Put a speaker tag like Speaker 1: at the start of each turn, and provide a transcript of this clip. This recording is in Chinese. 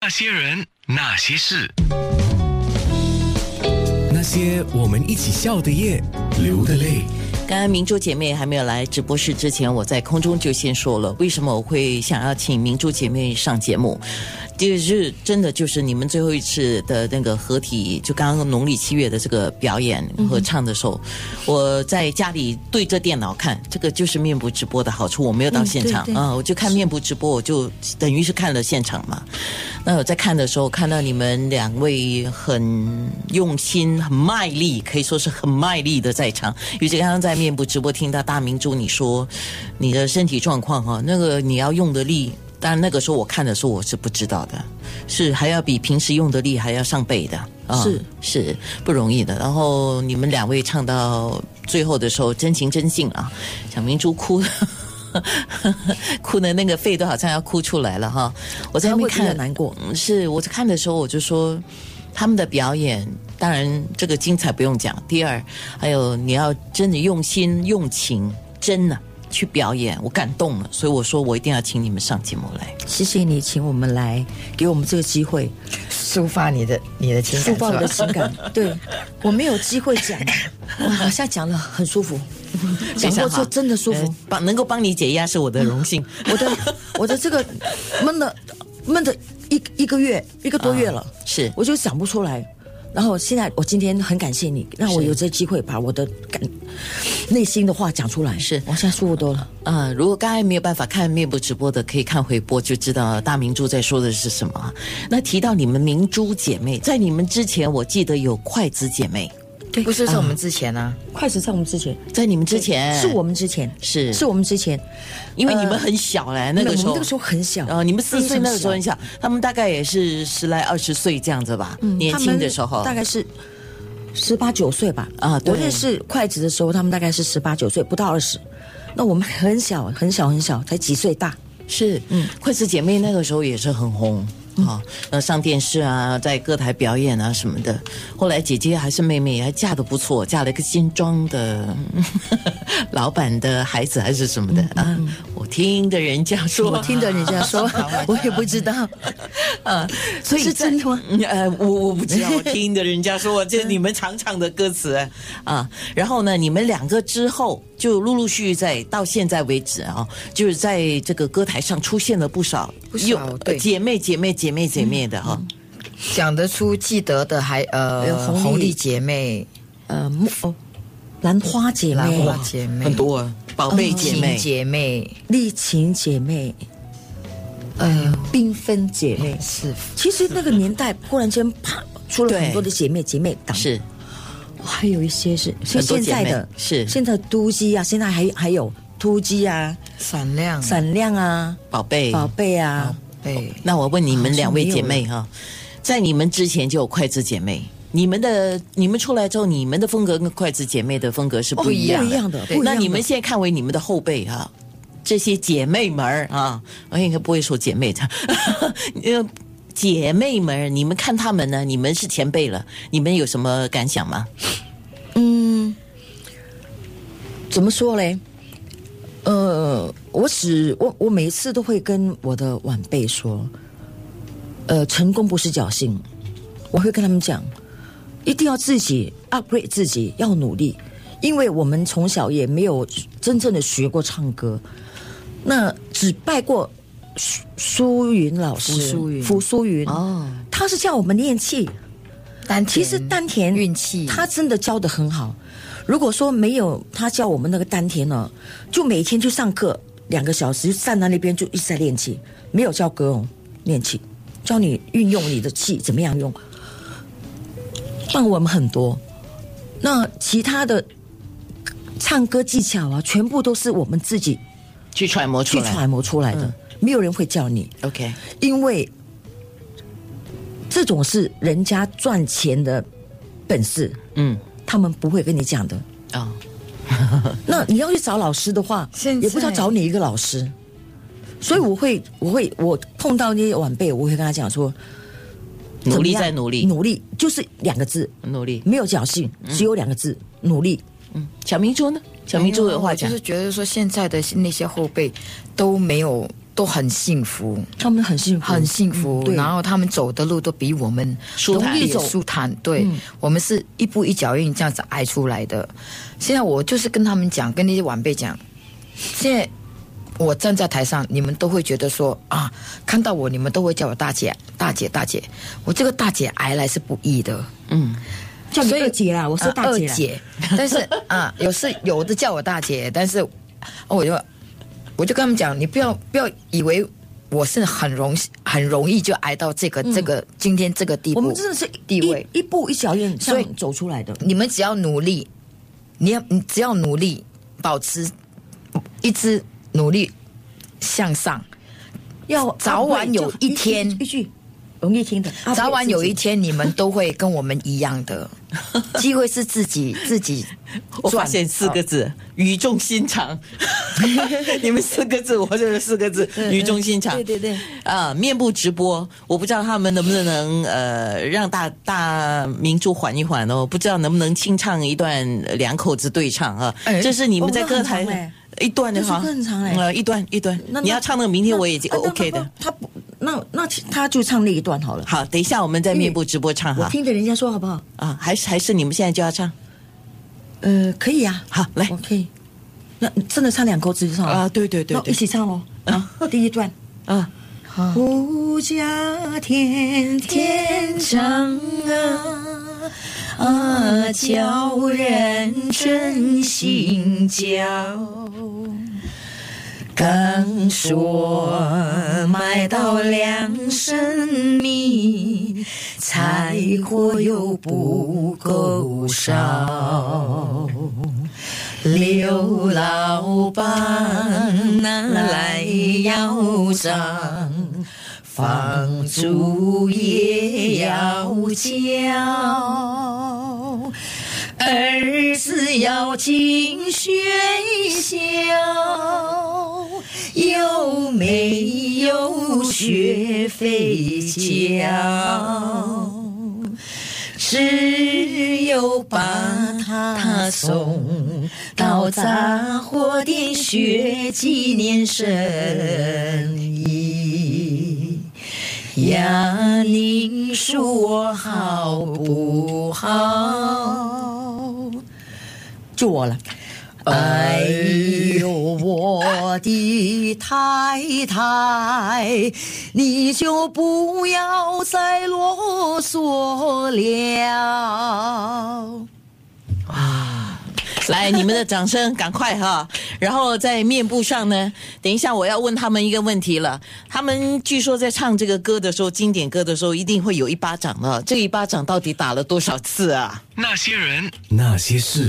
Speaker 1: 那些人，那些事，
Speaker 2: 那些我们一起笑的夜，流的泪。
Speaker 3: 刚刚明珠姐妹还没有来直播室之前，我在空中就先说了，为什么我会想要请明珠姐妹上节目，就是真的就是你们最后一次的那个合体，就刚刚农历七月的这个表演合唱的时候，我在家里对着电脑看，这个就是面部直播的好处，我没有到现场啊、
Speaker 4: 嗯对对
Speaker 3: 我就看面部直播，我就等于是看了现场嘛。那我在看的时候，看到你们两位很用心、很卖力，可以说是很卖力的在唱。尤其刚刚在面部直播听到大明珠你说你的身体状况哈，那个你要用的力，当然那个时候我看的时候我是不知道的，是还要比平时用的力还要上倍的。啊
Speaker 4: 是
Speaker 3: 是不容易的。然后你们两位唱到最后的时候，真情真性啊，小明珠哭了。 哭的那个肺都好像要哭出来了哈！我在那边
Speaker 4: 她会比较
Speaker 3: 看，
Speaker 4: 难过
Speaker 3: 嗯。是我在看的时候，我就说他们的表演，当然这个精彩不用讲。第二，还有你要真的用心用情，真的、去表演，我感动了，所以我说我一定要请你们上节目来。
Speaker 4: 谢谢你请我们来，给我们这个机会
Speaker 5: 抒发你的你的情
Speaker 4: 抒
Speaker 5: 感，
Speaker 4: 发我的
Speaker 5: 是吧
Speaker 4: 情感。对我没有机会 讲，我好像讲了很舒服，讲过之后真的舒服
Speaker 5: 哎
Speaker 3: 呃。帮能够帮你解压是我的荣幸。
Speaker 4: 我的我的这个闷了闷的一一个月一个多月
Speaker 5: 啊
Speaker 4: 了，
Speaker 3: 是
Speaker 4: 我就讲不出来。然后现在我今天很感谢你，让我
Speaker 3: 是
Speaker 4: 有这机会把我的感内心的话讲出来。
Speaker 3: 是
Speaker 4: 我现在舒服多了。
Speaker 3: 啊，如果刚才没有办法看面部直播的，可以看回播，就知道大明珠在说的是什么啊。那提到你们明珠姐妹，在你们之前，我记得有筷子姐妹，
Speaker 4: 对
Speaker 5: 不是说我们之前啊，
Speaker 4: 筷子在我们之前，
Speaker 3: 在你们之前
Speaker 4: 是我，们之前，
Speaker 3: 是
Speaker 4: 是我们之前，
Speaker 3: 因为你们
Speaker 4: 呃
Speaker 3: 很小嘞，那个时
Speaker 4: 我
Speaker 3: 候，
Speaker 4: 们那个时候很小，
Speaker 3: 呃，你们四
Speaker 4: 非
Speaker 3: 岁
Speaker 4: 常
Speaker 3: 那个时候很小，他们大概也是十来二十岁这样子吧，年
Speaker 4: 嗯他
Speaker 3: 轻
Speaker 4: 们
Speaker 3: 的时候，
Speaker 4: 大概是十八九岁吧。
Speaker 3: 啊对
Speaker 4: 我认识筷子的时候，他们大概是十八九岁，不到二十。那我们很小很小很小，才几岁大。
Speaker 3: 是，嗯，筷子姐妹那个时候也是很红。啊，呃，上电视啊，在各台表演啊什么的。后来姐姐还是妹妹，还嫁的不错，嫁了一个新庄的嗯 老板的孩子还是什么的啊。我听的人家说，
Speaker 4: 我听着你这样 说，我也不知道。
Speaker 3: 啊，所以
Speaker 4: 是
Speaker 3: 在
Speaker 4: 真的吗？
Speaker 3: 嗯呃，我我不知道，我听的人家说，这你们常唱的歌词啊。然后呢，你们两个之后就陆陆续续在到现在为止啊，就是在这个歌台上出现了不少
Speaker 5: 不少
Speaker 3: 有呃
Speaker 5: 对
Speaker 3: 姐妹姐妹姐妹姐妹的哈、
Speaker 5: 讲得出记得的还
Speaker 4: 有
Speaker 5: 呃
Speaker 4: 哎红利
Speaker 5: 红利姐妹、
Speaker 4: 呃，木哦，兰花姐
Speaker 5: 兰
Speaker 4: 妹
Speaker 5: 花，姐妹、嗯
Speaker 3: 很多啊，宝贝姐
Speaker 5: 亲
Speaker 3: 妹。
Speaker 5: 姐妹，
Speaker 4: 丽琴姐妹，呃，缤纷姐妹。
Speaker 5: 哎是
Speaker 4: 其实那个年代，忽然间啪出了
Speaker 3: 对
Speaker 4: 很多的姐妹姐妹党，
Speaker 3: 是
Speaker 4: 还有一些是像
Speaker 3: 很多
Speaker 4: 现在
Speaker 3: 姐妹
Speaker 4: 的，
Speaker 3: 是
Speaker 4: 现在都基啊，现在还还有突基啊，
Speaker 5: 闪亮，哎
Speaker 4: 闪亮啊，
Speaker 3: 宝贝，
Speaker 4: 宝贝啊，
Speaker 5: 对，
Speaker 3: 那我问你们两位姐妹哈，在你们之前就有筷子姐妹，你们的你们出来之后，你们的风格跟筷子姐妹的风格是不一样的。
Speaker 4: 哦不一样的
Speaker 3: 对
Speaker 4: 不一样的
Speaker 3: 那你们现在看为你们的后辈哈、这些姐妹们儿啊，我应该不会说姐妹的， 呃姐妹们儿，你们看她们呢？你们是前辈了，你们有什么感想吗？
Speaker 4: 怎么说嘞？呃，我只我我每一次都会跟我的晚辈说，呃，成功不是侥幸，我会跟他们讲，一定要自己 upgrade 自己，要努力，因为我们从小也没有真正的学过唱歌，那只拜过苏苏云老师，
Speaker 5: 傅苏云
Speaker 4: 傅苏云
Speaker 3: 哦，
Speaker 4: 他是叫我们练气，
Speaker 5: 丹
Speaker 4: 其实丹田
Speaker 5: 运气，
Speaker 4: 他真的教的很好。如果说没有他教我们那个丹田呢，就每天去上课两个小时，就站在那边就一直在练气，没有教歌哦，练气，教你运用你的气怎么样用，帮我们很多。那其他的唱歌技巧啊，全部都是我们自己
Speaker 3: 去揣摩出
Speaker 4: 去
Speaker 3: 来。
Speaker 4: 揣摩出来的，没有人会教你。
Speaker 3: OK，
Speaker 4: 因为这种是人家赚钱的本事，
Speaker 3: 嗯，
Speaker 4: 他们不会跟你讲的。
Speaker 3: 啊、
Speaker 4: 那你要去找老师的话，
Speaker 5: 现在
Speaker 4: 也不知道找哪一个老师。所以我会，我会，我碰到那些晚辈，我会跟他讲说，
Speaker 3: 努力
Speaker 4: 怎么样
Speaker 3: 再努力，嗯
Speaker 4: 努力就是两个字，
Speaker 3: 努力。
Speaker 4: 没有侥幸，只有两个字，努力。
Speaker 3: 小明珠呢？小明珠有话
Speaker 5: 没
Speaker 3: 讲
Speaker 5: 我就。是觉得说现在的那些后辈都没有都很幸福，
Speaker 4: 他们很幸福，
Speaker 5: 很幸福
Speaker 4: 嗯，对，
Speaker 5: 然后他们走的路都比我们
Speaker 3: 舒坦
Speaker 5: 容易
Speaker 3: 走
Speaker 5: 舒坦。对、我们是一步一脚印这样子挨出来的。现在我就是跟他们讲，跟那些晚辈讲，现在我站在台上，你们都会觉得说啊，看到我，你们都会叫我大姐、大姐、大姐。我这个大姐挨来是不易的，
Speaker 4: 叫你
Speaker 5: 所以
Speaker 4: 二姐啦，我是
Speaker 5: 啊
Speaker 4: 大姐
Speaker 5: 二
Speaker 4: 啦，
Speaker 5: 姐，但是啊，有是有的叫我大姐，但是我就我就跟他们讲，你不要不要以为我是很容很容易就挨到这个、这个今天这个地
Speaker 4: 嗯
Speaker 5: 步，
Speaker 4: 我们真的是
Speaker 5: 地
Speaker 4: 一
Speaker 5: 位。
Speaker 4: 一步一脚印这
Speaker 5: 所以
Speaker 4: 样走出来的。
Speaker 5: 你们只要努力，你要你只要努力，保持一直努力向上，
Speaker 4: 要
Speaker 5: 早晚有一天啊
Speaker 4: 一句一句容易听的，安慰
Speaker 5: 早晚有一
Speaker 4: 啊自己
Speaker 5: 天你们都会跟我们一样 的。机会是自己自己
Speaker 3: 我发
Speaker 5: 赚
Speaker 3: 现四个
Speaker 4: 啊
Speaker 3: 字“语重心 长”，你们四个字，我就是四个字“语重心长”。
Speaker 4: 嗯对对对，
Speaker 3: 啊，面部直播，我不知道他们能不能呃让大大明珠缓一缓哦，不知道能不能清唱一段呃两口子对唱啊
Speaker 5: 哎？
Speaker 3: 这是你们在
Speaker 4: 哦那
Speaker 3: 歌
Speaker 4: 很
Speaker 3: 台
Speaker 4: 长哎
Speaker 3: 一段的
Speaker 4: 那是
Speaker 3: 哈，
Speaker 4: 歌很长哎
Speaker 3: 呃，一段一段
Speaker 4: 那，
Speaker 3: 你要唱那个，明天我已经
Speaker 4: 那那
Speaker 3: OK 的。
Speaker 4: 他不，那那他就唱那一段好了。
Speaker 3: 好，等一下我们在面部直播唱
Speaker 4: 我
Speaker 3: 啊哈
Speaker 4: 听着人家说好不好？
Speaker 3: 啊，还是还是你们现在就要唱
Speaker 5: 嗯
Speaker 4: 呃，可以呀、
Speaker 3: 好来
Speaker 4: 我可以。那真的唱两口子就唱了
Speaker 3: 啊？，对对对
Speaker 4: 那一
Speaker 3: 对
Speaker 4: 起唱哦。啊，第一段。
Speaker 3: 啊，
Speaker 4: 哎吾家天天长啊，啊，教人真心教。刚说买到两升米，柴火又不够烧。刘老板拿来要账，房租也要交，儿子要进学校，又没有学费交？只有把他送到杂货店学几年生意。呀，您说我好不好？就我了。哎呦，我的太太，你就不要再啰嗦了。
Speaker 3: 来，你们的掌声，赶快哈！ 然后在面部上呢，等一下我要问他们一个问题了。他们据说在唱这个歌的时候，经典歌的时候，一定会有一巴掌的。这一巴掌到底打了多少次啊？
Speaker 1: 那些人，
Speaker 2: 那些事。